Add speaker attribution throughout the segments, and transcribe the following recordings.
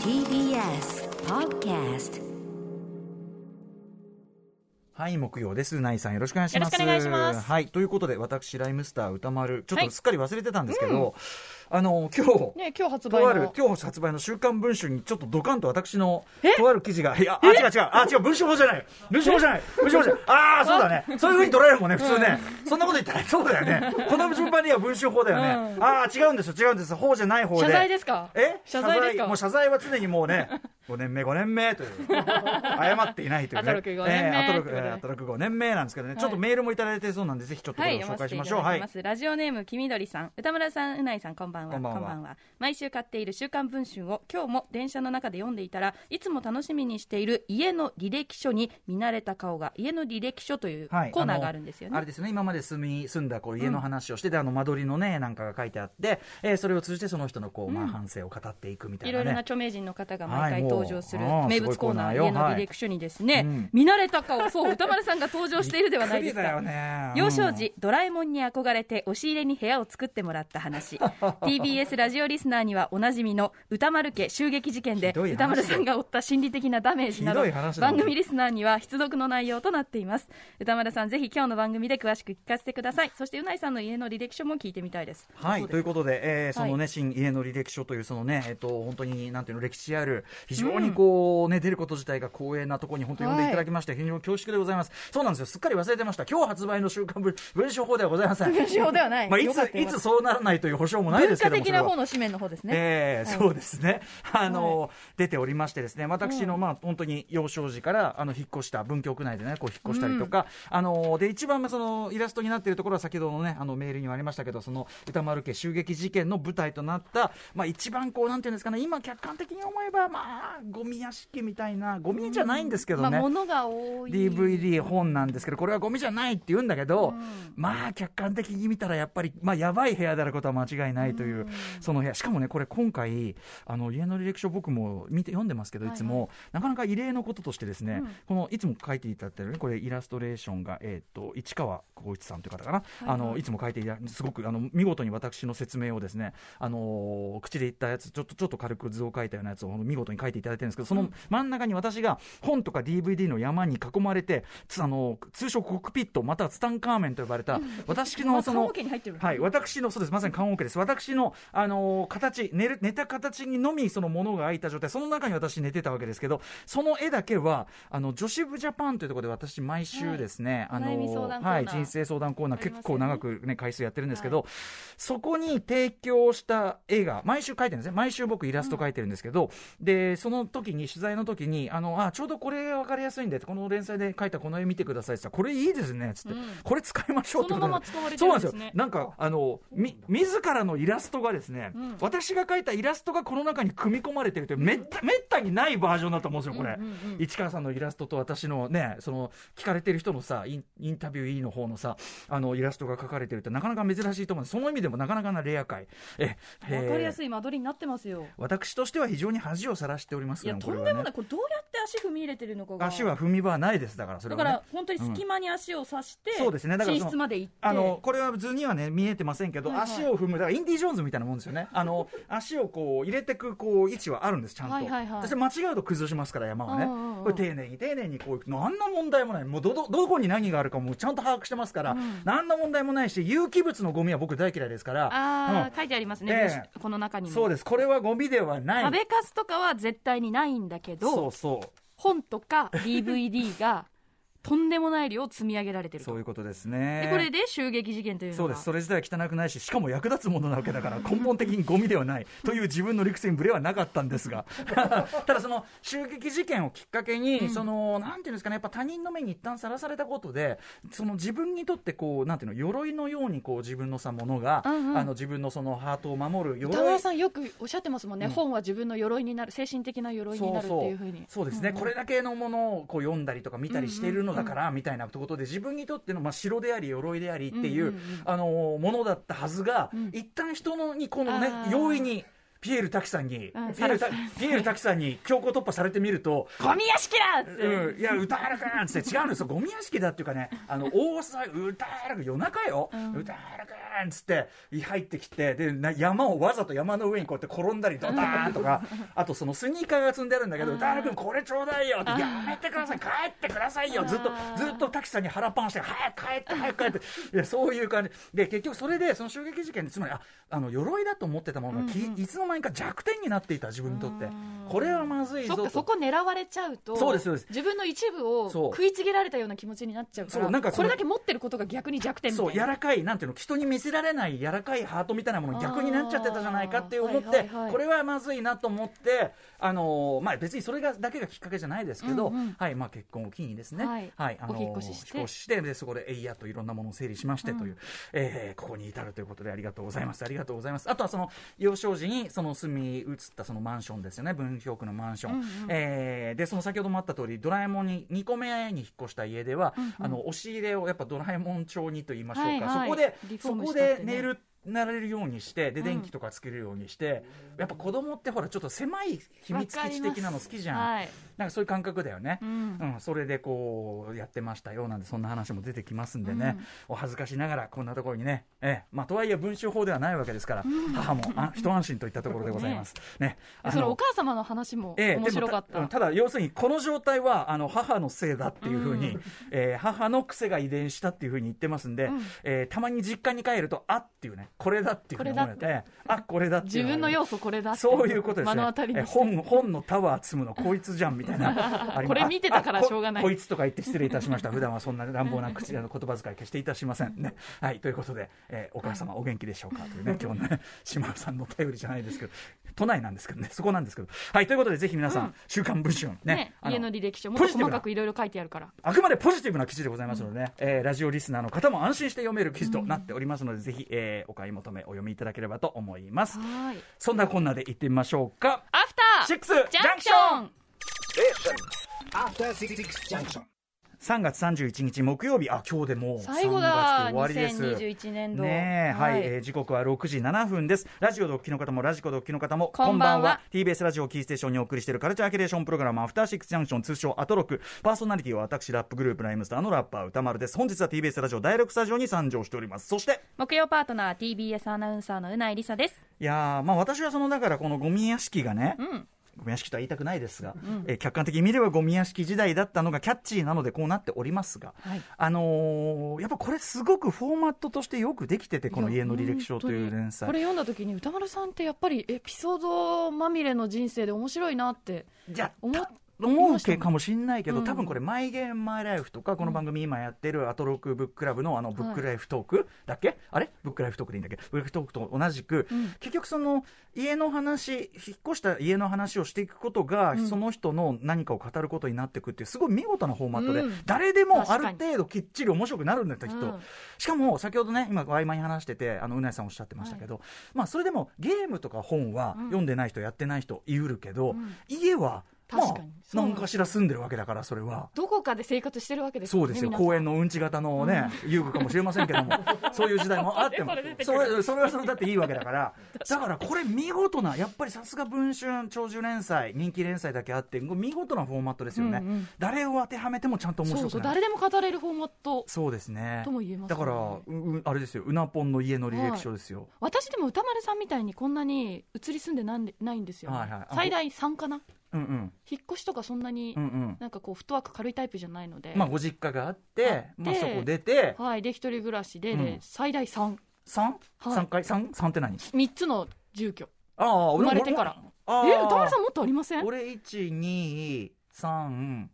Speaker 1: TBS Podcast
Speaker 2: はい、木曜です。ナイさんよろしくお願いします。
Speaker 3: よろしくお願いします
Speaker 2: はい、ということで、私、ライムスター歌丸、ちょっ
Speaker 3: は
Speaker 2: と
Speaker 3: い
Speaker 2: すっかり忘れてたんですけど、あの、今日、
Speaker 3: ね、今日発売
Speaker 2: とある
Speaker 3: の、。
Speaker 2: 今日発売の週刊文春にちょっとドカンと私の
Speaker 3: え、
Speaker 2: とある記事が、いや、あ、違う違う、あ、違う、文春法じゃない。文春法じゃない。文春法じゃない。ああ、そうだね。そういうふうに捉えるもんね、普通ね。そんなこと言ったら、そうだよね。この順番には文春法だよね。
Speaker 3: うん
Speaker 2: ああ、違うんですよ、違うんですよ。法じゃない方で。
Speaker 3: 謝罪ですか
Speaker 2: え
Speaker 3: 謝罪ですか
Speaker 2: もう謝罪は常にもう ね、5年目、5年目という、謝っていないというね、
Speaker 3: アトロク五年目
Speaker 2: えーアトロクえー
Speaker 3: ということで
Speaker 2: アトロク5年目なんですけどね、ちょっとメールもいただいてそうなんで、ぜひちょっとご
Speaker 4: はい、読
Speaker 2: 紹介
Speaker 4: ませ
Speaker 2: して
Speaker 4: い
Speaker 2: ま
Speaker 4: た
Speaker 2: しょう。は
Speaker 4: だき
Speaker 2: い
Speaker 4: ま、す。ラジオネーム黄緑さん、歌村さん、うないさん、こんばんは。
Speaker 2: こんばんは
Speaker 4: 毎週買っている週刊文春を今日も電車の中で読んでいたら、いつも楽しみにしている家の履歴書に見慣れた顔が、家の履歴書というコ
Speaker 2: はい
Speaker 4: ーナーがあるんですよ
Speaker 2: のあ
Speaker 4: ね
Speaker 2: れ。ですね今まで住み住んだこう家の話をして、であの間取りのねなんかが書いてあって、えーそれを通じてその人のこう、まあ、反省を語っていくみた
Speaker 4: い
Speaker 2: い
Speaker 4: ろ
Speaker 2: ない
Speaker 4: ろな
Speaker 2: ね。
Speaker 4: 著名人の方が
Speaker 2: はい
Speaker 4: 毎回
Speaker 2: もう
Speaker 4: 登場する
Speaker 2: あー
Speaker 4: 名物コーナー、家
Speaker 2: すごいコーナーよ
Speaker 4: の履歴書にですね、
Speaker 2: うん
Speaker 4: 見慣れた顔、そう、歌丸さんが登場しているではないで
Speaker 2: び
Speaker 4: す
Speaker 2: っくりだよ
Speaker 4: か。
Speaker 2: ね
Speaker 4: 幼少時、ドラえもんに憧れて押し入れに部屋を作ってもらっ た話 TBS ラジオリスナーにはおなじみの歌丸家襲撃事件で
Speaker 2: ひどい話
Speaker 4: 歌丸さんが負った心理的なダメージなど
Speaker 2: ひどい話だね
Speaker 4: 番組リスナーには必読の内容となっています歌丸さんぜひ今日の番組で詳しく聞かせてくださいそしてうないさんの家の履歴書も聞いてみたいです
Speaker 2: はい、
Speaker 4: そう
Speaker 2: と
Speaker 4: で
Speaker 2: いう
Speaker 4: す
Speaker 2: ことで、えーそのね、新家の履歴書という、そのね、えっと、本当に、なんていうの、歴史ある、非常にこう、ね、出ること自体が光栄なところに本当に読んでいただきまして、非常に恐縮でございます。そうなんですよ、すっかり忘れてました。今日発売の週刊文文書法ではございません。文
Speaker 3: 書法ではない
Speaker 2: まあ、い
Speaker 3: よ
Speaker 2: つ
Speaker 3: かっ、た
Speaker 2: い
Speaker 3: よかった
Speaker 2: つそうならないという保証もないで
Speaker 3: 文
Speaker 2: すけ
Speaker 3: 化
Speaker 2: ども。
Speaker 3: 的
Speaker 2: それ
Speaker 3: な
Speaker 2: は
Speaker 3: 方の紙面の方ですね。
Speaker 2: ええ
Speaker 3: はい
Speaker 2: そうですね、あの出ておりまして、ですね私の、まあ、本当に幼少時からあの引っ越した、文京区内でね、こう引っ越したりとか、あので一番そのイラストになっているところは、先ほどの,、ね、あのメールにもありましたけど、その歌丸家襲撃事件の舞台となった、まあ、一番こう、なんていうんですかね、今、客観的に思えば、まあ、ゴミ屋敷みたいな、ゴミじゃないんですけどね。
Speaker 3: まあ、物が多い。
Speaker 2: DVD 本なんですけどこれはゴミじゃないって言うんだけど、まあ客観的に見たらやっぱり、まあ、やばい部屋であることは間違いないという、その部屋しかもねこれ今回あの家の履歴書僕も見て読んでますけどいつも、なかなか異例のこととしてですね、このいつも書いていただいてるねこれイラストレーションが、えー、と市川浩一さんという方かな、あのいつも書いていたすごくあの見事に私の説明をですねあの口で言ったやつちょっとちょっと軽く図を書いたようなやつを見事に書いていただいてるんですけどその真ん中に私が本とか DVD の山に囲まれてつあの通称コックピットまたはツタンカーメンと呼ばれた私のそ
Speaker 4: その
Speaker 2: の
Speaker 4: 本。家に入ってる
Speaker 2: はい、私のそうですまさに棺桶です私の、あのー形寝る寝た形にのみそのものが開いた状態その中に私寝てたわけですけどその絵だけはあの女子部ジャパンというところで私毎週ですね、
Speaker 4: は
Speaker 2: あ
Speaker 4: い
Speaker 2: の
Speaker 4: お悩み相談コーナー
Speaker 2: はい、人生相談コーナー
Speaker 4: あります
Speaker 2: 結構
Speaker 4: よね
Speaker 2: 長く、ね、回数やってるんですけど、そこに提供した絵が毎週描いてるんですね毎週僕イラスト描いてるんですけど、でその時に取材の時にあのあちょうどこれ分かりやすいんでこの連載で描いたこの絵見てくださいって言ったらこれいいですねっつって、これ使いましょうってこと
Speaker 4: その
Speaker 2: で
Speaker 4: まま使われて
Speaker 2: そうな
Speaker 4: る
Speaker 2: ん
Speaker 4: ん
Speaker 2: で
Speaker 4: です
Speaker 2: よ
Speaker 4: すね
Speaker 2: なんかあのみ自らのイラストがですね、私が描いたイラストがこの中に組み込まれてるというめっためったにないバージョンだと思うんですよこれ、市川さんのイラストと私のねその聞かれてる人のさインインタビュー E の方のさあのイラストが描かれてるってなかなか珍しいと思うんですその意味でもなかなかなレア回ええー
Speaker 4: わかりやすい間取りになってますよ
Speaker 2: 私としては非常に恥をさらしております
Speaker 4: い
Speaker 2: け
Speaker 4: や
Speaker 2: ど
Speaker 4: と
Speaker 2: これ
Speaker 4: ん
Speaker 2: は
Speaker 4: でも
Speaker 2: ね
Speaker 4: ないこれどうやって足踏み入れてるのかが
Speaker 2: 足は踏み場はないですだからそれ
Speaker 4: だ
Speaker 2: は、ね、
Speaker 4: から本当に隙間に足を刺して、
Speaker 2: そうですねだからその
Speaker 4: 寝室まで行って
Speaker 2: あのこれは図にはね見えてませんけど、
Speaker 4: はいはい
Speaker 2: 足を踏むだからインディ・ジョーンズみたいなもんですよ ねあの足をこう入れてくこう位置はあるんですちゃんと、
Speaker 3: はいはいはい
Speaker 2: そして間違うと崩しますから山はね、
Speaker 3: うんうんうん
Speaker 2: これ丁寧に丁寧にこう何の問題もないもうどどどこに何があるかもちゃんと把握してますから、何の問題もないし有機物のゴミは僕大嫌いですから
Speaker 4: あー、
Speaker 2: うん
Speaker 4: 書いてありますね、
Speaker 2: ええ
Speaker 4: この中にも
Speaker 2: そうですこれはゴミではない
Speaker 4: 食べかすとかは絶対にないんだけ
Speaker 2: そ
Speaker 4: ど
Speaker 2: うそう
Speaker 4: 本とか DVD が とんでもない量を積み上げられてると
Speaker 2: そういうことですね
Speaker 4: でこれで襲撃事件というのが
Speaker 2: そうですそれ自体は汚くないししかも役立つものなわけだから根本的にゴミではないという自分の理屈にブレはなかったんですがただその襲撃事件をきっかけに、そのなんていうんですかねやっぱ他人の目に一旦さらされたことでその自分にとってこうなんていうの鎧のようにこう自分のさものが、
Speaker 3: んうん
Speaker 2: あの自分のそのハートを守る
Speaker 3: 歌丸
Speaker 2: 鎧
Speaker 3: さんよくおっしゃってますもんね、本は自分の鎧になる精神的な鎧になるっていうふうに
Speaker 2: そうですね、これだけのものをこう読んだりとか見たりしているのだからみたいなことで自分にとってのまあ城であり鎧でありっていう、あのーものだったはずが、一旦人のにこのね
Speaker 3: あー
Speaker 2: 容易に。ピエール滝さんに、
Speaker 4: うん
Speaker 2: ピエール滝ピエール滝さんに強行突破されてみると、
Speaker 4: ゴミ屋敷だって、
Speaker 2: うん、いや、歌原くんっつって、違うんですよ、ゴミ屋敷だっていうかね、あの、大騒ぎ、歌原くん、夜中よ、歌原くんっつって、入ってきて、で、な山をわざと山の上にこうやって転んだり、ドターンと か、あとそのスニーカーが積んであるんだけど、歌原くん、これちょうだいよって、やめてください、帰ってくださいよ、ずっと、ずっと滝さんに腹パンして、早く帰って、早く帰って、いや、そういう感じ。で、結局それで、その襲撃事件で、つまり、あ、あの、鎧だと思ってたものが、きいつの間にか弱点になっていた、自分にとって。これはまずいぞ
Speaker 4: そっ
Speaker 2: と。
Speaker 4: かそこ狙われちゃうと
Speaker 2: そうですそうです
Speaker 4: 自分の一部を
Speaker 2: そう
Speaker 4: 食いちぎられたような気持ちになっちゃうから
Speaker 2: そうなんかそ
Speaker 4: こ
Speaker 2: の
Speaker 4: れだけ持ってることが逆に弱点みたい
Speaker 2: そ
Speaker 4: な
Speaker 2: う柔らかいなんていうの人に見せられない柔らかいハートみたいなものに逆になっちゃってたじゃないかって思っ
Speaker 4: あーはい
Speaker 2: て
Speaker 4: はいはい
Speaker 2: これはまずいなと思ってあのーまあ別にそれがだけがきっかけじゃないですけど
Speaker 4: うんうん
Speaker 2: はいまあ結婚を機にですね
Speaker 4: はい
Speaker 2: はいあのー
Speaker 4: お引っ越しして
Speaker 2: 引っ越してでそこでえいやといろんなものを整理しましてというえーここに至るということでありがとうございますありがとうございますあとはその幼少時にその住み移ったそのマンションですよね文京区のマンションえーでその先ほどもあった通りドラえもんに2個目に引っ越した家ではあの押し入れをやっぱドラえもん調にと言いましょうかそ
Speaker 4: はいはい
Speaker 2: こで
Speaker 4: リフォー
Speaker 2: そ
Speaker 4: ム
Speaker 2: こ
Speaker 4: したっ
Speaker 2: で
Speaker 4: てね
Speaker 2: 寝るなれるようにしてで
Speaker 4: ん
Speaker 2: 電気とかつけるようにして、やっぱ子供ってほらちょっと狭い秘密基地的なの好きじゃん、
Speaker 4: はい
Speaker 2: なんかそういう感覚だよね、
Speaker 4: う
Speaker 2: うんんそれでこうやってましたよなんでそんな話も出てきますんでね、お恥ずかしながらこんなところにね、ええまあ、とはいえ文集法ではないわけですから、母もあ一安心といったところでございます。ねあの
Speaker 4: そのお母様の話も
Speaker 2: ええ
Speaker 4: 面白かっ
Speaker 2: でも
Speaker 4: た
Speaker 2: ただ要するにこの状態はあの母のせいだっていうふうに、えー母の癖が遺伝したっていうふうに言ってますんで、えーたまに実家に帰るとあっていうねこれだっていうふうに思え
Speaker 4: こ
Speaker 2: てあこれだっていう
Speaker 4: 自分の
Speaker 2: よ
Speaker 4: 要素これだって
Speaker 2: そういうことです
Speaker 4: 目
Speaker 2: ね
Speaker 4: の当たり
Speaker 2: え
Speaker 4: に
Speaker 2: ー
Speaker 4: して
Speaker 2: 本本のタワー積むのこいつじゃんみた いなあります
Speaker 4: これ見てたから
Speaker 2: あこ
Speaker 4: しょうがない
Speaker 2: こいつとか言って失礼いたしました普段はそんな乱暴な口あの言葉遣い決していたしませんねはいということで、えーお母様お元気でしょうかという ね今日のね島尾さんのお便りじゃないですけど都内なんですけどねそこなんですけどはいということでぜひ皆さん、週刊文春ね
Speaker 4: ね
Speaker 2: あ
Speaker 4: 家の履歴書もっ
Speaker 2: ポ
Speaker 4: と
Speaker 2: ジティブな
Speaker 4: 細かくいろいろ書いてあるから
Speaker 2: あくまでポジティブな記事でございますので、ねえーラジオリスナーの方も安心して読める記事となっておりますので、ぜひ、えーお買い求めお読みいただければと思います
Speaker 4: はい
Speaker 2: そんなこんなで行ってみましょうか
Speaker 4: アフター
Speaker 2: 6
Speaker 4: ジャンクション
Speaker 3: After Six Junction.
Speaker 2: 3月31日木曜日あ今日でもう
Speaker 4: 最後
Speaker 2: 3
Speaker 4: だ
Speaker 2: 月終わりです
Speaker 5: 2021年度
Speaker 2: ねえはい、
Speaker 5: はい
Speaker 2: えー時刻は6時7分ですラジオドッキの方もラジコドッキの方も
Speaker 5: こんばんは
Speaker 2: TBS ラジオキーステーションにお送りしているカルチャーキュレーションプログラムアフターシックスジャンクション通称アトロクパーソナリティは私ラップグループライムスターのラッパー歌丸です本日は TBS ラジオ第6スタジオに参上しておりますそして
Speaker 5: 木曜パートナー TBS アナウンサーのうないりさです
Speaker 2: いやーまあ私はそのだからこのゴミ屋敷がね、
Speaker 5: ん
Speaker 2: ゴミ屋敷とは言いたくないですが、えー客観的に見ればゴミ屋敷時代だったのがキャッチーなのでこうなっておりますが、
Speaker 5: はい
Speaker 2: あのーやっぱこれすごくフォーマットとしてよくできててこの「家の履歴書」という連載
Speaker 4: これ読んだ時に歌丸さんってやっぱりエピソードまみれの人生で面白いなって
Speaker 2: じゃ
Speaker 4: 思っ
Speaker 2: 思うけかもしんないけど、
Speaker 4: うん
Speaker 2: 多分これ「マイ・ゲーム・マイ・ライフ」とかこの番組今やってる「アトロック・ブック・クラブ」のあの「ブック・ライフ・トーク」だっけ、あれブック・ライフ・トークでいいんだっけブック・ライフ・トークと同じく、結局その家の話引っ越した家の話をしていくことが、その人の何かを語ることになっていくっていうすごい見事なフォーマットで、
Speaker 4: うん
Speaker 2: 誰でもあ
Speaker 4: 確
Speaker 2: る
Speaker 4: かに
Speaker 2: 程度きっちり面白くなるんだよきっと、
Speaker 4: うん
Speaker 2: しかも先ほどね今合間に話しててあのうなえさんおっしゃってましたけど、まあそれでもゲームとか本は読んでない人やってない人言うるけど、家はま
Speaker 4: 確かに
Speaker 2: あ、何かしら住んでるわけだから、それは。
Speaker 4: どこかで生活してるわけです
Speaker 2: そうですよ、
Speaker 4: 皆さん
Speaker 2: 公園のうんち型のね、遊具かもしれませんけど も、そういう時代もあっても、それそれはそれだっていいわけだから、だからこれ、見事な、やっぱりさすが文春、長寿連載、人気連載だけあって、見事なフォーマットですよね、誰を当てはめてもちゃんと面
Speaker 4: そ
Speaker 2: 白
Speaker 4: うそう
Speaker 2: くなる。
Speaker 4: 誰でも語れるフォーマット
Speaker 2: そうですね
Speaker 4: とも言えます
Speaker 2: だ
Speaker 4: ね
Speaker 2: から、ううあれですよ、うなぽんの家の履歴書ですよ、
Speaker 4: 私でも歌丸さんみたいにこんなに移り住んでなんでないんですよ、
Speaker 2: はいはいあ
Speaker 4: 最大3かな
Speaker 2: うんうん、
Speaker 4: 引っ越しとかそんなに、
Speaker 2: うんうん、
Speaker 4: なんかこうフットワーク軽いタイプじゃないので、
Speaker 2: まあ、ご実家があって、まあ、
Speaker 4: で
Speaker 2: そこ出て、
Speaker 4: はいで一人暮らしで,で、
Speaker 2: うん
Speaker 4: 最大33
Speaker 2: 三
Speaker 4: はい
Speaker 2: 三回、三三って何
Speaker 4: つの住居
Speaker 2: ああ、
Speaker 4: 生
Speaker 2: 俺
Speaker 4: まれ
Speaker 2: 俺
Speaker 4: てから
Speaker 2: ああ
Speaker 4: え歌丸さんもっとありません
Speaker 2: 俺一二三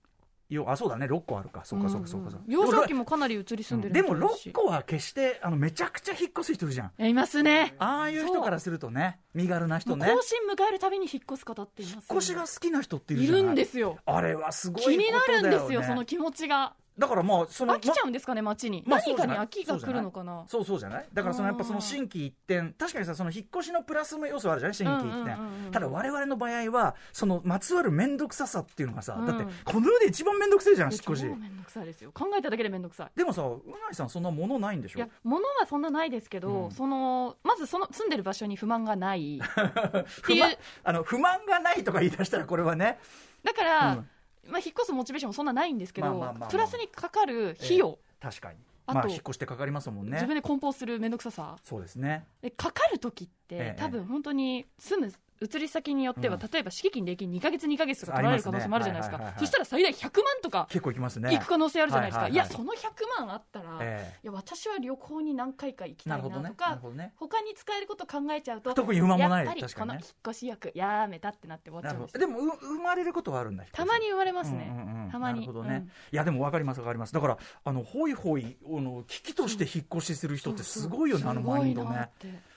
Speaker 2: よあそうだね六個あるかそうかそうかそうかそうか、
Speaker 4: 幼少期もかなり移り住んでる
Speaker 2: で
Speaker 4: みた
Speaker 2: も
Speaker 4: いだし
Speaker 2: 六個は決してあのめちゃくちゃ引っ越す人いるじゃん
Speaker 4: えいますね
Speaker 2: ああいう人からするとね身軽な
Speaker 4: も
Speaker 2: 人
Speaker 4: う
Speaker 2: ね
Speaker 4: 更新迎えるたびに引っ越す方っていますよね
Speaker 2: 引っ越しが好きな人っている
Speaker 4: い
Speaker 2: じゃない
Speaker 4: るんですよ
Speaker 2: あれはすごいこ
Speaker 4: 気
Speaker 2: とだよ、ね、
Speaker 4: になるんですよその気持ちが
Speaker 2: だからまあその
Speaker 4: 飽きちゃうんですかね、街に。
Speaker 2: まあ
Speaker 4: 何
Speaker 2: そうじ
Speaker 4: かに
Speaker 2: ゃない
Speaker 4: 飽きが来るのかな。
Speaker 2: そうそうじゃないだからその
Speaker 4: あー
Speaker 2: やっぱその新規一点確かにさその引っ越しのプラスの要素あるじゃない新規一点、
Speaker 4: うんうんうんうん
Speaker 2: ただ我々の場合はそのまつわる面倒くささっていうのがさ、
Speaker 4: うん
Speaker 2: だってこの世で一番面倒くせえじゃん
Speaker 4: い
Speaker 2: 引
Speaker 4: や
Speaker 2: っ越し
Speaker 4: 超めんどくさいですよ。考えただけでめんどくさい。
Speaker 2: でもさうないさんそんなものないんでし
Speaker 4: い
Speaker 2: ょ
Speaker 4: や物はそんなないですけど、
Speaker 2: うん
Speaker 4: そのまずその住んでる場所に不満がないって
Speaker 2: 不
Speaker 4: いう
Speaker 2: 満あの不満がないとか言い出したらこれはね
Speaker 4: だから、
Speaker 2: うん
Speaker 4: まあ、引っ越すモチベーションもそんなないんですけど、
Speaker 2: まあまあまあまあ
Speaker 4: プラスにかかる費用、
Speaker 2: 確かに
Speaker 4: あと
Speaker 2: まあ引っ越してかかりますもん
Speaker 4: 自分
Speaker 2: ね
Speaker 4: で梱包するめんどくささ
Speaker 2: そうですね
Speaker 4: でかかる時って、
Speaker 2: ええ
Speaker 4: 多分本当に住む移り先によっては、
Speaker 2: うん
Speaker 4: 例えば敷金礼金2か月2か月とか取られる可能性もあるじゃないですか
Speaker 2: ありますねはいはいはいはい
Speaker 4: そしたら最大100万とか
Speaker 2: 結構いきますね
Speaker 4: 行く可能性あるじゃないですか、
Speaker 2: はいいはいはい
Speaker 4: やその100万あったら、
Speaker 2: え
Speaker 4: いや私は旅行に何回か行き
Speaker 2: え
Speaker 4: た
Speaker 2: ないる
Speaker 4: な
Speaker 2: ほどね
Speaker 4: と
Speaker 2: な
Speaker 4: か
Speaker 2: るほどね
Speaker 4: 他に使えること考えちゃうと
Speaker 2: 特に不満もない
Speaker 4: やっぱり
Speaker 2: 確か
Speaker 4: こ
Speaker 2: に
Speaker 4: の
Speaker 2: ね
Speaker 4: 引っ越し役やめたってなって終わっ
Speaker 2: な
Speaker 4: ちゃ
Speaker 2: る
Speaker 4: うん
Speaker 2: ほ
Speaker 4: です
Speaker 2: どでもう生まれることはあるんだ引っ越した
Speaker 4: まに言われますね、
Speaker 2: うんうんうん
Speaker 4: たまに
Speaker 2: なるほどね、
Speaker 4: うん
Speaker 2: いやでも分かります分かりますだからあのホイホイあの危機として引っ越しする人ってすごいよねあのマインドね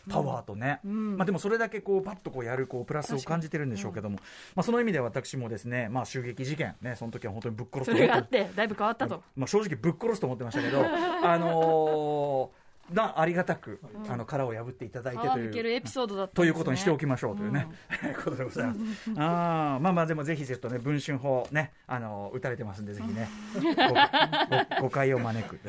Speaker 2: パワーとね、
Speaker 4: うん
Speaker 2: まあ、でもそれだけこうパッとこうやるこうプラスを感じてるんでしょうけども、まあ、その意味では私もですね、まあ、襲撃事件ねその時は本当にぶっ殺す
Speaker 4: そ
Speaker 2: と
Speaker 4: れ
Speaker 2: 思
Speaker 4: があ
Speaker 2: っ
Speaker 4: っててだいぶ変わったと、
Speaker 2: まあ、正直ぶっ殺すと思ってましたけど あのーなありがたく、あの殻を破っていただいて
Speaker 4: 皮
Speaker 2: と
Speaker 4: む
Speaker 2: いう
Speaker 4: けるエピソードだったんですね
Speaker 2: ということにしておきましょうというね、ことでございます。あーまあまあでもぜひちょっとね文春法ねあの打たれてますんでぜひ ねごご誤解を招く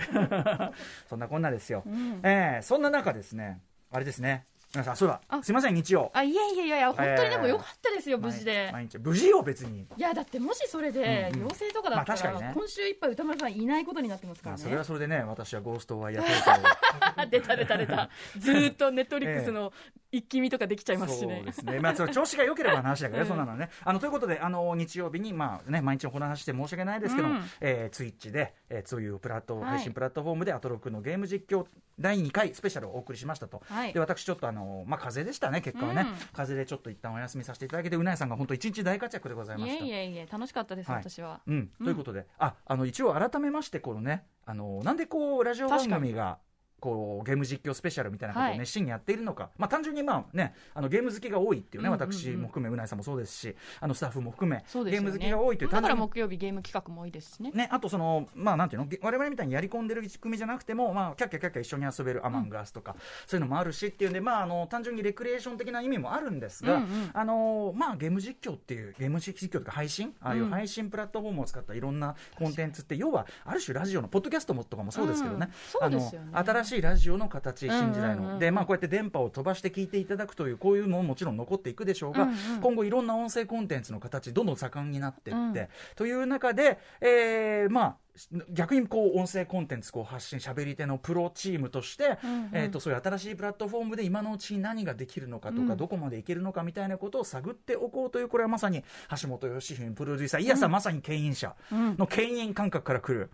Speaker 2: そんなこんなですよ。えーそんな中ですねあれですね皆さんそうだ
Speaker 4: あ
Speaker 2: すいません日曜
Speaker 4: あいやいやいやいや本当にでもよかったですよ、
Speaker 2: 毎
Speaker 4: 無事で。
Speaker 2: 毎日無事よ別に。
Speaker 4: いやだってもしそれで
Speaker 2: うんうん
Speaker 4: 陽性とかだった
Speaker 2: まあ
Speaker 4: ら、
Speaker 2: 確かにね
Speaker 4: 今週いっぱい歌丸さんいないことになってますか
Speaker 2: ま
Speaker 4: ら
Speaker 2: あ
Speaker 4: ね。
Speaker 2: それはそれでね私はゴーストワイヤーテープを
Speaker 4: 出た出た 出た。ずーっとネットリックスの一気見とかできちゃいますし
Speaker 2: そう
Speaker 4: ね
Speaker 2: で。すね、まあ、その調子が良ければの話 だけどね、
Speaker 4: うん
Speaker 2: そんなのはね。あのということで、あの日曜日に、まあね、毎日この話して申し訳ないですけども、
Speaker 4: うん
Speaker 2: えツイッチで、えー、というプラット、
Speaker 4: はい
Speaker 2: 配信プラットフォームで、アトロックのゲーム実況第2回スペシャルをお送りしましたと、
Speaker 4: はい
Speaker 2: で私、ちょっとあの、まあ、風邪でしたね、結果はね、
Speaker 4: うん
Speaker 2: 風邪でちょっと一旦お休みさせていただけて、うなえさんが本当、一日大活躍でございま
Speaker 4: い
Speaker 2: した。
Speaker 4: えいえいえ楽しかったです、
Speaker 2: はい
Speaker 4: 私は。
Speaker 2: うん、ということで、ああの一応、改めまして、このね、あのなんでこうラジオ番
Speaker 4: 確か
Speaker 2: 組がこうゲーム実況スペシャルみたいなことを
Speaker 4: はい
Speaker 2: 熱心にやっているのか、まあ、単純に、まあね、あのゲーム好きが多いっていうね、
Speaker 4: うんうんうん
Speaker 2: 私も含め、うないさんもそうですし、あのスタッフも含め、
Speaker 4: そうです
Speaker 2: ゲ
Speaker 4: よ
Speaker 2: ー
Speaker 4: ね
Speaker 2: ム好きが多いという、
Speaker 4: だ
Speaker 2: 単
Speaker 4: から
Speaker 2: 純に
Speaker 4: 木曜日ゲーム企画も多いですしね。
Speaker 2: ね、あとその、まあ、なんていうの、げ我々みたいにやり込んでる仕組みじゃなくても、まあ、キャッキャキャッキャ一緒に遊べるアマンガースとか、そういうのもあるしっていうんで、まあ、あの単純にレクリエーション的な意味もあるんですが、
Speaker 4: うんうん
Speaker 2: あのまあ、ゲーム実況っていう、ゲーム実況というか、配信、ああいう配信プラットフォームを使ったいろんなコンテンツって、要はある種、ラジオの、ポッドキャストもとかもそうですけどね、
Speaker 4: うんそうですよね
Speaker 2: あの新しいラジオの形、新時代の、
Speaker 4: うんうんうん
Speaker 2: で、まあ、こうやって電波を飛ばして聞いていただくという、こういうのももちろん残っていくでしょうが、
Speaker 4: うんうん
Speaker 2: 今後、いろんな音声コンテンツの形、どんどん盛んになっていって、
Speaker 4: うん
Speaker 2: という中で、えーまあ、逆にこう音声コンテンツこう発信しゃべり手のプロチームとして、
Speaker 4: うんうん
Speaker 2: えー、とそういう新しいプラットフォームで今のうちに何ができるのかとか、
Speaker 4: うん
Speaker 2: どこまでいけるのかみたいなことを探っておこうというこれはまさに橋本良文プロデューサーいやさ、まさに牽引者の牽引感覚からくる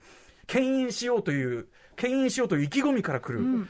Speaker 2: 牽引しようという牽引しようという意気込みからくる。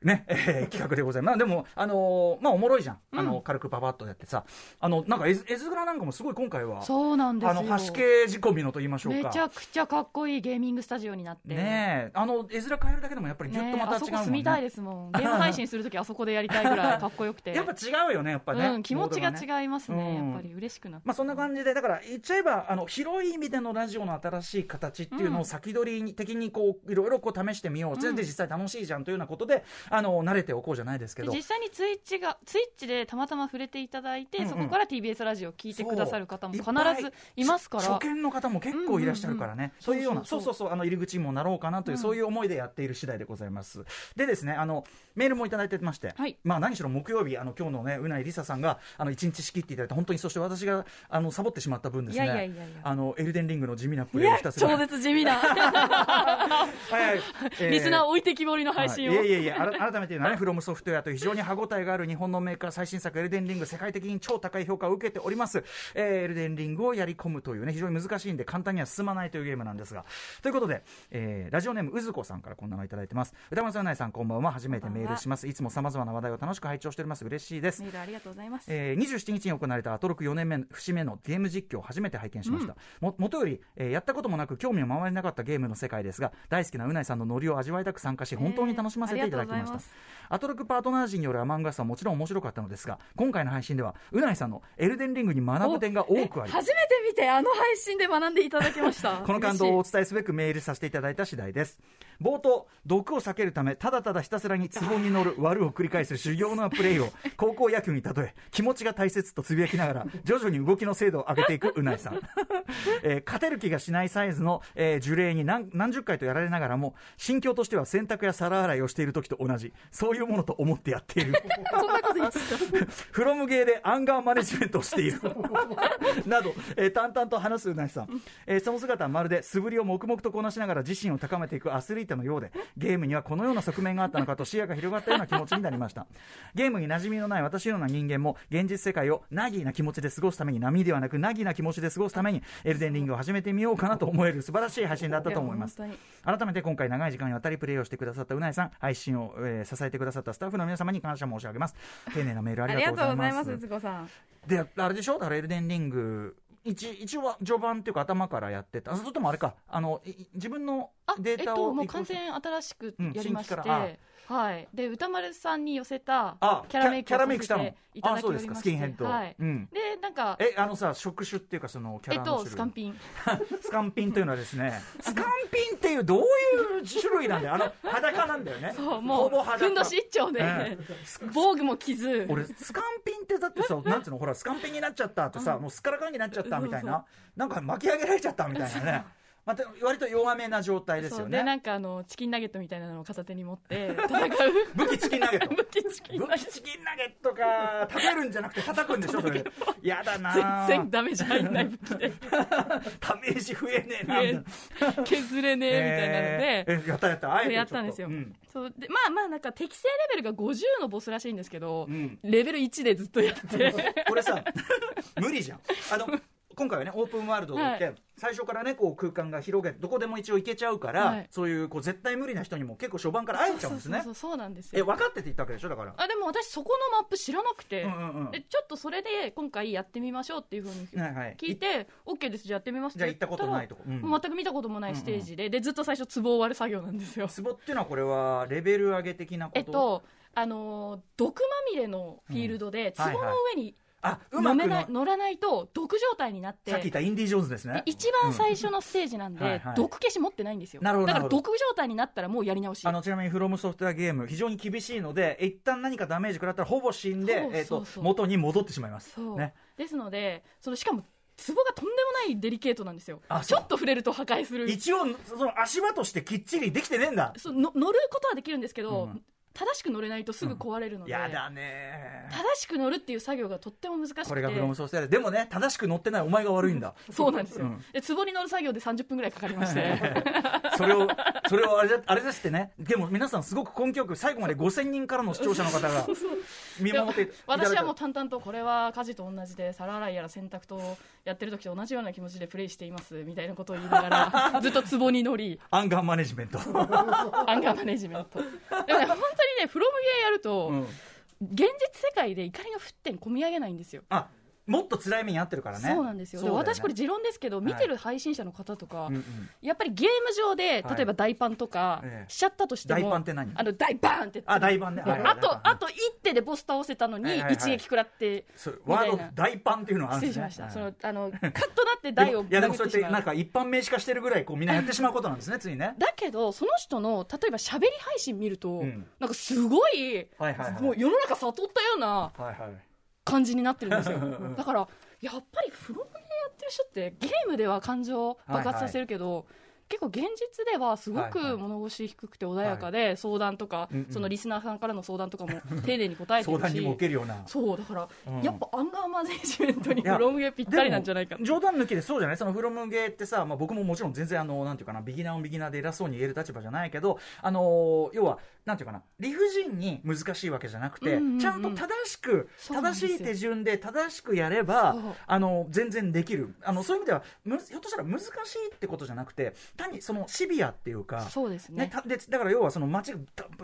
Speaker 2: ね、えー企画でございます。まあでも、あのーまあおもろいじゃん。あの、軽くパパッとやってさ、あの、なんか絵図絵図柄なんかもすごい今回は、
Speaker 4: そうなんです
Speaker 2: あ
Speaker 4: よ。
Speaker 2: の橋系仕込みのと言いましょう
Speaker 4: め
Speaker 2: か。
Speaker 4: ちゃくちゃかっこいいゲーミングスタジオになって。
Speaker 2: ねえ、あの絵面変えるだけでもやっぱりぎゅっ
Speaker 4: ね
Speaker 2: とまた
Speaker 4: あ
Speaker 2: 違
Speaker 4: そうこ
Speaker 2: もん
Speaker 4: 住
Speaker 2: ね。
Speaker 4: みたいで すもん。ゲーム配信するときあそこでやりたいぐらいかっこよくて。
Speaker 2: やっぱ違うよね、やっぱね。
Speaker 4: うん、気持ちが
Speaker 2: モードね
Speaker 4: 違いますね、
Speaker 2: うん
Speaker 4: やっぱり嬉しくなって、
Speaker 2: まあそんな感じで、だから言っちゃえば、あの、広い意味でのラジオの新しい形っていうの
Speaker 4: う
Speaker 2: を
Speaker 4: ん
Speaker 2: 先取りに的にこう、いろいろこう試してみよう。全然実際楽しいじゃんというようなことで、あの、慣れておこうじゃないですけ
Speaker 4: で
Speaker 2: ど。
Speaker 4: 実際にツイッチがツイッチでたまたま触れていただいて、
Speaker 2: うんうん
Speaker 4: そこから TBS ラジオを聞いてくださる方も必
Speaker 2: そういっぱ
Speaker 4: ずいますから
Speaker 2: 初見の方も結構いらっしゃるからね、そういうような、そ
Speaker 4: そうう
Speaker 2: そ
Speaker 4: そう
Speaker 2: そう、あの入り口にもなろうかなという、そういう思いでやっている次第でございます。でですね、あのメールもいただいてまして、
Speaker 4: はい
Speaker 2: まあ何しろ木曜日、あの今日のね、うないりささんが、あの一日仕切っていただいて、本当に、そして私があのサボってしまった分ですね、
Speaker 5: いやいやいやいや
Speaker 2: あのエルデンリングの地味なプレイをひたすら、
Speaker 4: 超絶地味な
Speaker 2: はいはいえー
Speaker 4: リスナー置いてきぼりの配信を、
Speaker 2: はい、いやいやいやあ ら改めて言うのはねフロムソフトウェアという非常に歯応えがある日本のメーカー最新作エルデンリング世界的に超高い評価を受けております、えーエルデンリングをやり込むというね非常に難しいんで簡単には進まないというゲームなんですがということで、えーラジオネームうずこさんからこんなのいただいてます歌丸さんうないさんこんばんは初めてメールしますいつもさまざまな話題を楽しく拝聴しております嬉しいです
Speaker 4: メールありがとうございます、
Speaker 2: えー、27日に行われたアトロク4年目の節目のゲーム実況を初めて拝見しました、ももとより、えーやったこともなく興味を回れなかったゲームの世界ですが大好きなうないさんのノリを味わいたく参加し本当に楽しませていただきまし
Speaker 5: ありがとうご
Speaker 2: た、した
Speaker 5: ざいます
Speaker 2: アトロックパートナー陣によるアマンガスはもちろん面白かったのですが今回の配信ではうないさんのエルデンリングに学ぶ点が多くあり
Speaker 4: 初めて見てあの配信で学んでいただきました
Speaker 2: この感動をお伝えすべくメールさせていただいた次第です冒頭毒を避けるためただただひたすらに壺に乗る悪を繰り返す修行のプレイを高校野球に例え気持ちが大切とつぶやきながら徐々に動きの精度を上げていくうないさん、えー勝てる気がしないサイズの、えー呪霊に何何十回とやられながらも心境としては洗濯や皿洗いをしている時と同じそういうものと思ってやっている
Speaker 4: そんなこと言ってた
Speaker 2: フロムゲーでアンガーマネジメントをしているなど、えー淡々と話すうなぎさん、えーその姿はまるで素振りを黙々とこなしながら自身を高めていくアスリートのようでゲームにはこのような側面があったのかと視野が広がったような気持ちになりましたゲームに馴染みのない私のような人間も現実世界をナギーな気持ちで過ごすために波ではなくナギーな気持ちで過ごすためにエルデンリングを始めてみようかなと思える素晴らしい配信だったと思います
Speaker 4: いや本
Speaker 2: 改めて今回長い時間にわたりプレイをしてくださったうなぎさん配信を、えー支えてくださったスタッフの皆様に感謝申し上げ ます丁寧なメールあ
Speaker 5: あ
Speaker 2: り
Speaker 5: り
Speaker 2: が
Speaker 5: が
Speaker 2: と
Speaker 5: とう
Speaker 2: うご
Speaker 5: ご
Speaker 2: ざ
Speaker 5: ざ
Speaker 2: い
Speaker 5: い
Speaker 2: ま
Speaker 5: ますす、つこさん。
Speaker 2: であれでしょだからエルデンリング一一応序盤っていうか頭からやってたあそれともあれかあのいい自分の
Speaker 4: あ
Speaker 2: デ
Speaker 4: え
Speaker 2: ー
Speaker 4: っ
Speaker 2: タ
Speaker 4: と
Speaker 2: を
Speaker 4: もう
Speaker 2: 移行
Speaker 4: 完
Speaker 2: し
Speaker 4: 全新しくやりまして、
Speaker 2: うん新規から
Speaker 4: はいで歌丸さんに寄せた
Speaker 2: あ
Speaker 4: キャラメイク
Speaker 2: キャラメイク
Speaker 4: を
Speaker 2: した
Speaker 4: させ
Speaker 2: の
Speaker 4: ていた
Speaker 2: あ
Speaker 4: だき
Speaker 2: そう
Speaker 4: お
Speaker 2: で
Speaker 4: り
Speaker 2: す
Speaker 4: ま
Speaker 2: か
Speaker 4: し
Speaker 2: ス
Speaker 4: て
Speaker 2: キンヘッド、
Speaker 4: はい、
Speaker 2: うん
Speaker 4: でなんか
Speaker 2: えあのさ触手っていうかそのキャ
Speaker 4: えっ
Speaker 2: ラの種
Speaker 4: と
Speaker 2: 類
Speaker 4: スカンピン
Speaker 2: スカンピンというのはです ねスカンピンっていうどういう種類なんだよあの裸なんだよね
Speaker 4: そう も
Speaker 2: ほぼ
Speaker 4: う
Speaker 2: 裸
Speaker 4: ふんどし一丁で、
Speaker 2: うん
Speaker 4: 防具も傷
Speaker 2: 俺スカンピンってだってさなんつうのほらスカンピンになっちゃったとさ、もうすっからかんになっちゃったみたいななんか巻き上げられちゃったみたいなねまた割と弱めな状態です
Speaker 4: そ
Speaker 2: よ
Speaker 4: うでな
Speaker 2: ね
Speaker 4: んかあのチキンナゲットみたいなのを片手に 持って戦う
Speaker 2: 武器チキン投げと
Speaker 4: 武器チキン
Speaker 2: 武器チキンナゲットか食べるんじゃなくて叩くんでしょそ れやだな
Speaker 4: 全
Speaker 2: ぁ
Speaker 4: 然ダメージ入んない武器 で
Speaker 2: ダメージ増えねえな
Speaker 4: 増えん削れねえみたいなので、
Speaker 2: えーえやったやったあえて
Speaker 4: それやった
Speaker 2: ちょと
Speaker 4: んですよ
Speaker 2: うん
Speaker 4: そうでまあまあなんか適正レベルが50のボスらしいんですけど、
Speaker 2: うん
Speaker 4: レベル1でずっとや って
Speaker 2: これさ無理じゃんあの今回はねオープンワールドで、
Speaker 4: はい
Speaker 2: 最初からねこう空間が広げてどこでも一応行けちゃうから、
Speaker 4: はい
Speaker 2: そういうこう絶対無理な人にも結構初版から会えちゃうんですね
Speaker 4: そうそうそうそうなんです
Speaker 2: え
Speaker 4: よ
Speaker 2: 分かってて言ったわけでしょだから
Speaker 4: あでも私そこのマップ知らなくて、
Speaker 2: うんうんうん
Speaker 4: でちょっとそれで今回やってみましょうっていうふうに
Speaker 2: はいはい
Speaker 4: 聞いて OK ですじゃあやってみます
Speaker 2: じゃあ行ったことない
Speaker 4: と
Speaker 2: とこ、うん
Speaker 4: もう全く見たこともないステージで,、でずっと最初壺を割る作業なんですよ
Speaker 2: 壺っていうのはこれはレベル上げ的なこと
Speaker 4: えっとあのー毒まみれのフィールドで、
Speaker 2: うんはいはい
Speaker 4: 壺の上に
Speaker 2: あうま
Speaker 4: 飲
Speaker 2: く
Speaker 4: め
Speaker 2: の
Speaker 4: ない乗らないと毒状態になって
Speaker 2: さっき言ったインディ・ジョーンズですね
Speaker 4: で一番最初のステージなんで、
Speaker 2: うんはいはい
Speaker 4: 毒消し持ってないんですよ
Speaker 2: なるほど
Speaker 4: だか
Speaker 2: な
Speaker 4: ら
Speaker 2: るほ
Speaker 4: 毒状態になったらもうやり直し
Speaker 2: あのちなみにフロムソフトウェアゲーム非常に厳しいので一旦何かダメージ食らったらほぼ死んで
Speaker 4: そう
Speaker 2: えっ
Speaker 4: そ
Speaker 2: と
Speaker 4: うそう
Speaker 2: 元に戻ってしまいます
Speaker 4: そう、
Speaker 2: ね
Speaker 4: ですのでそのしかも壺がとんでもないデリケートなんですよ
Speaker 2: あ
Speaker 4: ちょっと触れると破壊する
Speaker 2: 一応その足場としてきっちりできてねえんだ
Speaker 4: そうの乗ることはできるんですけ
Speaker 2: う
Speaker 4: ど、
Speaker 2: ん
Speaker 4: 正しく乗れないとすぐ壊れるので、
Speaker 2: やだね
Speaker 4: 正しく乗るっていう作業がとっても難しくて
Speaker 2: これがフロムソフトウェアででもね正しく乗ってないお前が悪いんだ
Speaker 4: そうなんですよ、
Speaker 2: うん
Speaker 4: で壺に乗る作業で30分ぐらいかかりまして
Speaker 2: それをそれをあれだあれですってねでも皆さんすごく根気よく最後まで5000人からの視聴者の方が見守っていただいた
Speaker 4: 私はもう淡々とこれは家事と同じで皿洗いやら洗濯とやってる時と同じような気持ちでプレイしていますみたいなことを言いながら ずっと壺に乗り
Speaker 2: アンガーマネジメント、
Speaker 4: アンガーマネジメントでもね本当にねフロムゲーやると、
Speaker 2: うん
Speaker 4: 現実世界で怒りの沸点込み上げないんですよ
Speaker 2: あもっと辛い目に遭ってるからね
Speaker 4: そうなんですよ
Speaker 2: そうだね
Speaker 4: 私これ持論ですけど見てる配信者の方とか、
Speaker 2: うんうん
Speaker 4: やっぱりゲーム上で
Speaker 2: はい
Speaker 4: 例えば大パンとか
Speaker 2: ええ
Speaker 4: しちゃったとしても、
Speaker 2: 大パンって何
Speaker 4: あの大バーンって
Speaker 2: あ大パンね
Speaker 4: で
Speaker 2: はい
Speaker 4: あ
Speaker 2: はい
Speaker 4: とあと一手でボス倒せたの
Speaker 2: は
Speaker 4: に
Speaker 2: いはいはい
Speaker 4: 一撃食らって
Speaker 2: そう
Speaker 4: み
Speaker 2: ワ
Speaker 4: た
Speaker 2: ー
Speaker 4: い
Speaker 2: ド
Speaker 4: な
Speaker 2: 大パンっていうのはある
Speaker 4: 失
Speaker 2: ん
Speaker 4: 礼
Speaker 2: です
Speaker 4: し
Speaker 2: ね
Speaker 4: ました、
Speaker 2: はい
Speaker 4: そのあのカッとなって台を
Speaker 2: いやでもそ
Speaker 4: 殴
Speaker 2: れ
Speaker 4: っ
Speaker 2: って
Speaker 4: してま
Speaker 2: なん
Speaker 4: う
Speaker 2: か一般名詞化してるぐらいこうみんなやってしまうことなんですねついね
Speaker 4: だけどその人の例えば喋り配信見ると、
Speaker 2: ん
Speaker 4: なんかすごい
Speaker 2: はいはいはい
Speaker 4: もう世の中悟ったような
Speaker 2: はいはい
Speaker 4: 感じになってるんですよだからやっぱりフロムゲーやってる人ってゲームでは感情を爆発させるけど、結構現実ではすご
Speaker 2: はいはい
Speaker 4: く物腰低くて穏やかで、相談とか、
Speaker 2: うんうん
Speaker 4: そのリスナーさんからの相談とかも丁寧に答えて
Speaker 2: 相
Speaker 4: る
Speaker 2: 談にも受
Speaker 4: し
Speaker 2: けるような
Speaker 4: そうだから、
Speaker 2: うん
Speaker 4: やっぱアンガーマネジメントに
Speaker 2: いや
Speaker 4: フロムゲーぴったりなんじゃないか
Speaker 2: でも冗談抜きでそうじゃないそのフロムゲーってさ、まあ、僕ももちろん全然あのなんていうかなビギナーをビギナーで偉そうに言える立場じゃないけどあのー要はなんていうかな理不尽に難しいわけじゃなくて、
Speaker 4: うんうんうん
Speaker 2: ちゃんと正しく
Speaker 4: そうなんです
Speaker 2: 正
Speaker 4: よ
Speaker 2: しい手順で正しくやれば
Speaker 4: そう
Speaker 2: あの全然できるあのそういう意味ではむひょっとしたら難しいってことじゃなくて単にそのシビアっていうか
Speaker 4: そうですね
Speaker 2: ねたでだから要はその街が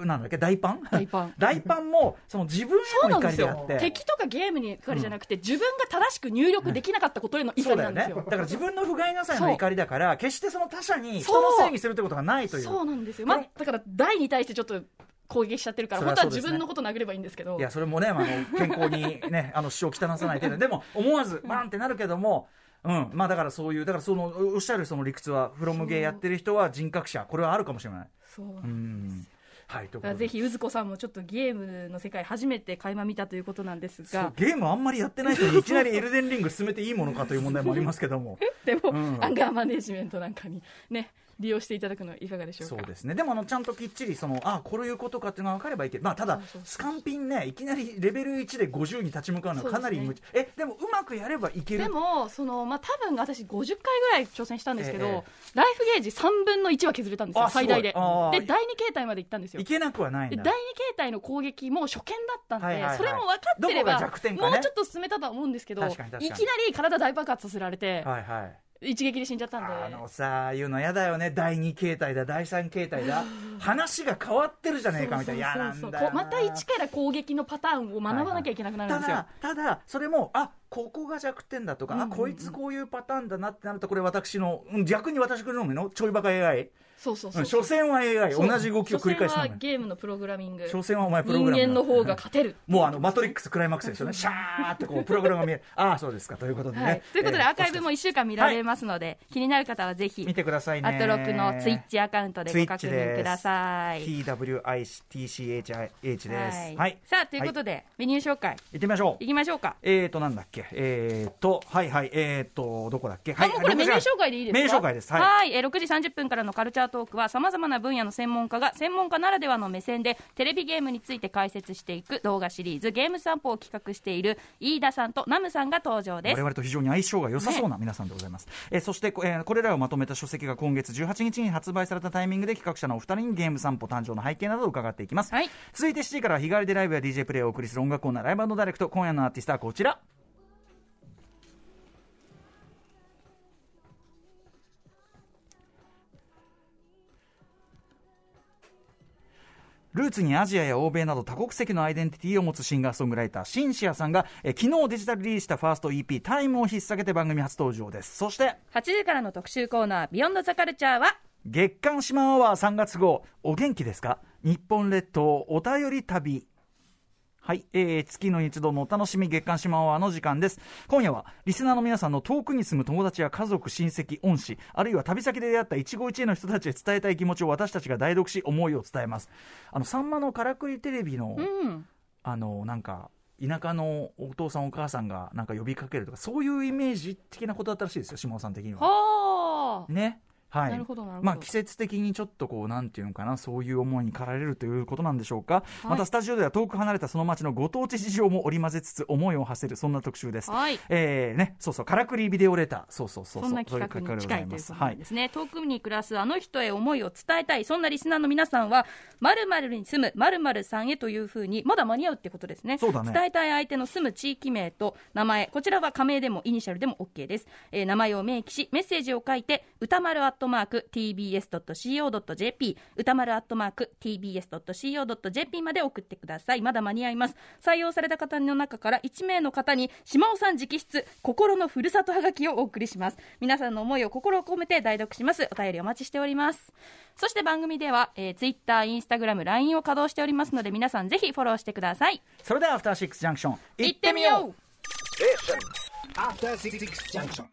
Speaker 2: なんだっけ大パン
Speaker 4: 大パン
Speaker 2: 大パンもその自分
Speaker 4: そう
Speaker 2: への
Speaker 4: な
Speaker 2: 怒
Speaker 4: んで
Speaker 2: り
Speaker 4: す
Speaker 2: であっ
Speaker 4: よ
Speaker 2: て
Speaker 4: 敵とかゲームに怒りじゃなくて、自分が正しく入力できなかったことへの怒
Speaker 2: そう
Speaker 4: り
Speaker 2: だよ
Speaker 4: なんで
Speaker 2: ね
Speaker 4: す
Speaker 2: だ
Speaker 4: よ
Speaker 2: から自分の不甲斐なさへの怒りだから決してその他者に人
Speaker 4: そう
Speaker 2: のせいにするってことがないという
Speaker 4: そうなんですよ、まあ、だから台に対してちょっと
Speaker 6: 攻撃しちゃってるから、
Speaker 2: そ
Speaker 6: 本
Speaker 2: れは
Speaker 6: 当は
Speaker 2: そうで
Speaker 6: 自
Speaker 2: すね
Speaker 6: 分のこと殴ればいいんですけど
Speaker 2: いや、それもね、あの、健康にね、あの、支障を汚さない程 度にでも、思わず、バンってなるけども、うん。まあ、だからそういう、だからその、おっしゃるその理屈は、フロムゲーやってる人は人格者、これはあるかもしれない。
Speaker 4: そう
Speaker 2: うん。はい、というこ
Speaker 4: だから
Speaker 2: と
Speaker 4: ぜ
Speaker 2: で。
Speaker 4: ひ、うずこさんもちょっとゲームの世界、初めて垣間見たということなんです
Speaker 2: そう
Speaker 4: が、
Speaker 2: ゲームあんまりやってない人にいきなりエルデンリング進めていいものかという問題もありますけども。
Speaker 4: でも、
Speaker 2: うん
Speaker 4: アンガーマネジメントなんかにね、利用していただくのはいかがでしょうか。
Speaker 2: そうですねでもあのちゃんときっちりそのあこういうことかっていうのが分かればいいけど、まあ、ただスカンピンねいきなりレベル1で50に立ち向かうのはかなり無知えでもうまくやればいける
Speaker 6: でもその、まあ、多分私50回ぐらい挑戦したんですけど、
Speaker 2: ええ
Speaker 6: ライフゲージ3分の1は削れたんですよ
Speaker 2: あすごい
Speaker 6: 最大でで
Speaker 2: あー
Speaker 6: 第2形態まで行ったんですよ
Speaker 2: いけなくはない
Speaker 6: で
Speaker 2: んだ
Speaker 6: 第2形態の攻撃も初見だったんで、
Speaker 2: はいはいはい
Speaker 6: それも分かってれ
Speaker 2: どこが
Speaker 6: ば、
Speaker 2: 弱点かね
Speaker 6: もうちょっと進めたとは思うんですけど
Speaker 2: 確かに確かに
Speaker 6: いきなり体大爆発させられて、
Speaker 2: はいはい
Speaker 6: 一撃で死んじゃったんで
Speaker 2: あのさあいうの嫌だよね第2形態だ第3形 態だ話が変わってるじゃねえかみたいな嫌なん
Speaker 6: そう
Speaker 2: だよ
Speaker 6: こう
Speaker 2: な
Speaker 6: また一から攻撃のパターンを学ばなきゃいけなくなるん
Speaker 2: た
Speaker 6: ですよ、
Speaker 2: だただそれもあここが弱点だとか、
Speaker 6: うんうん
Speaker 2: あこいつこういうパターンだなってなるとこれ私の、うん、逆に私ののちょいバカ AI
Speaker 6: そうそう
Speaker 2: う
Speaker 6: そ
Speaker 2: ん
Speaker 6: う
Speaker 2: 所詮は AI 同じ動きを繰り返す
Speaker 4: 所
Speaker 2: の
Speaker 4: 詮はゲームのプログラミング。
Speaker 2: 所詮はお前プロ
Speaker 4: 人
Speaker 2: グラム
Speaker 4: 間
Speaker 2: だ
Speaker 4: の方が勝てる。
Speaker 2: もうあのマトリックスクライマックスです よね、シャーってこうプログラムが見える、ああ、そうですかということでね。
Speaker 4: はい。ということで、
Speaker 2: えー
Speaker 4: アーカイブも1週間見られますので、気になる方はぜひ、
Speaker 2: 見てくださいね。
Speaker 4: アトロックのツイッチアカウントでご確認ください。
Speaker 2: TWITCHH です。はい、
Speaker 4: さあ、ということ
Speaker 2: は
Speaker 4: で、メニュー紹
Speaker 2: い、
Speaker 4: 介、
Speaker 2: 行ってみましょう
Speaker 4: い。きましょうか。
Speaker 2: えーと、なんだっけ、えーと、はいはい、えーと、どこだっけ、は
Speaker 4: あ
Speaker 2: い、
Speaker 4: もうこれメニュー紹介でいいですか
Speaker 2: メニュー紹介です。
Speaker 4: はい、
Speaker 2: はい。
Speaker 4: えー6時30分からのカルチャートークはさまざまな分野の専門家が専門家ならではの目線でテレビゲームについて解説していく動画シリーズ「ゲーム散歩」を企画している飯田さんとナムさんが登場で
Speaker 2: 我
Speaker 4: す。
Speaker 2: 々と非常に相性が良さそうな皆さんでございます、えーそして、こえーこれらをまとめた書籍が今月18日に発売されたタイミングで企画者のお二人にゲーム散歩誕生の背景などを伺っていきます、
Speaker 4: はい
Speaker 2: 続いて7時からは日帰りでライブや DJ プレイをお送りする音楽コーナーライブダイレクト今夜のアーティストはこちらルーツにアジアや欧米など多国籍のアイデンティティを持つシンガーソングライターシンシアさんが、えー昨日デジタルリリースしたファースト EP「タイムを引っ提げて番組初登場ですそして
Speaker 4: 8時からの特集コーナー「ビヨンドザカルチャーは
Speaker 2: 月刊島アワー3月号お元気ですか日本列島お便り旅はい、えー、月の一度のお楽しみ月刊島アワーの時間です今夜はリスナーの皆さんの遠くに住む友達や家族親戚恩師あるいは旅先で出会った一期一会の人たちへ伝えたい気持ちを私たちが代読し思いを伝えますあのさんまのからくりテレビの、あのなんか田舎のお父さんお母さんがなんか呼びかけるとかそういうイメージ的なことだったらしいですよ島尾さん的には
Speaker 4: おー
Speaker 2: ね。はい、
Speaker 4: なるほどなるほど
Speaker 2: まあ季節的にちょっとこうなんていうのかなそういう思いに駆られるということなんでしょうか、またスタジオでは遠く離れたその町のご当地事情も織り交ぜつつ思いを馳せるそんな特集です、
Speaker 4: はい
Speaker 2: えーね、そうそうからくりビデオレターそうそうそう
Speaker 4: そ
Speaker 2: うん
Speaker 4: な
Speaker 2: そういう
Speaker 4: 企画に
Speaker 2: でご
Speaker 4: 近
Speaker 2: ざ
Speaker 4: い
Speaker 2: ま
Speaker 4: というこ
Speaker 2: す
Speaker 4: と
Speaker 2: は
Speaker 4: なん
Speaker 2: い
Speaker 4: ですね、遠くに暮らすあの人へ思いを伝えたいそんなリスナーの皆さんはまるに住むまるさんへというふうにまだ間に合うってことですね
Speaker 2: そうだね
Speaker 4: 伝えたい相手の住む地域名と名前こちらは仮名でもイニシャルでも OK です、えー名前を明記しメッセージを書いて歌丸アットマーク tbs.co.jp 歌丸アットマーク tbs.co.jp まで送ってくださいまだ間に合います採用された方の中から1名の方に島尾さん直筆心のふるさとはがきをお送りします皆さんの思いを心を込めて代読しますお便りお待ちしておりますそして番組では、えー、Twitter、Instagram、LINE を稼働しておりますので皆さんぜひフォローしてください
Speaker 2: それでは「アフターシックスジャンクション」
Speaker 4: 行ってみよう
Speaker 3: Station. After Six Junction.